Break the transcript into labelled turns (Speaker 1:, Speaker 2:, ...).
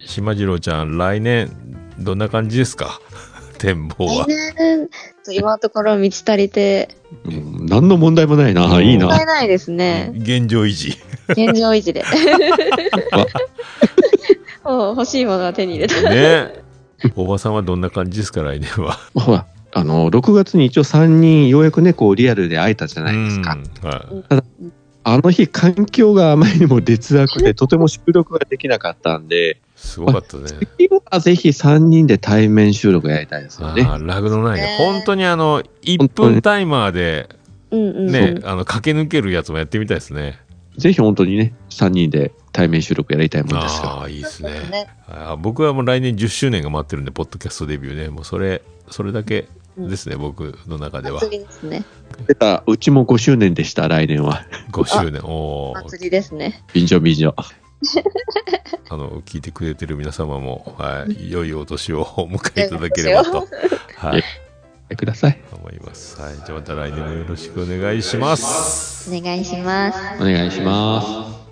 Speaker 1: しまじろうちゃん、来年、どんな感じですか 展望は
Speaker 2: 来。年、今のところ満ち足りて、
Speaker 3: うん何の問題もないな。いい
Speaker 2: 問
Speaker 3: な。
Speaker 2: 題ないですね。
Speaker 1: 現状維持。
Speaker 2: 現状維持で。 もう欲しいものは手に入れた。
Speaker 1: ね。おばさんはどんな感じですか、来年は。
Speaker 3: ほら、あの、6月に一応3人、ようやくね、こう、リアルで会えたじゃないですか。
Speaker 1: うんはい
Speaker 3: あの日、環境があまりにも劣悪で、とても収録ができなかったんで、
Speaker 1: すごかったね。
Speaker 3: 次はぜひ3人で対面収録やりたいですよね。
Speaker 1: あーラグのないね
Speaker 2: ね
Speaker 1: 本当にあの1
Speaker 3: 当に
Speaker 1: 分タイマーで
Speaker 2: うんうん。
Speaker 1: ね、あの駆け抜けるやつもやってみたいですね
Speaker 3: ぜひ本当にね、3人で対面収録やりたいもんですよ。
Speaker 1: ああいいです
Speaker 2: そうです
Speaker 1: ね
Speaker 2: ね。
Speaker 1: あー僕はもう来年10周年が待ってるんでポッドキャストデビューねもうそれそれだけですね、僕の中では
Speaker 2: 祭りですね。
Speaker 3: 出た、うちも5周年でした、来年は。
Speaker 1: 5周年おお
Speaker 2: 祭りですね。
Speaker 3: 便乗便乗。
Speaker 1: あの聞いてくれてる皆様も、はい、良いお年をお迎えいただければと、はい、
Speaker 3: ください。
Speaker 1: 思います、はい、じゃあまた来年もよろしくお願いします
Speaker 2: お願いします。
Speaker 3: お願いします。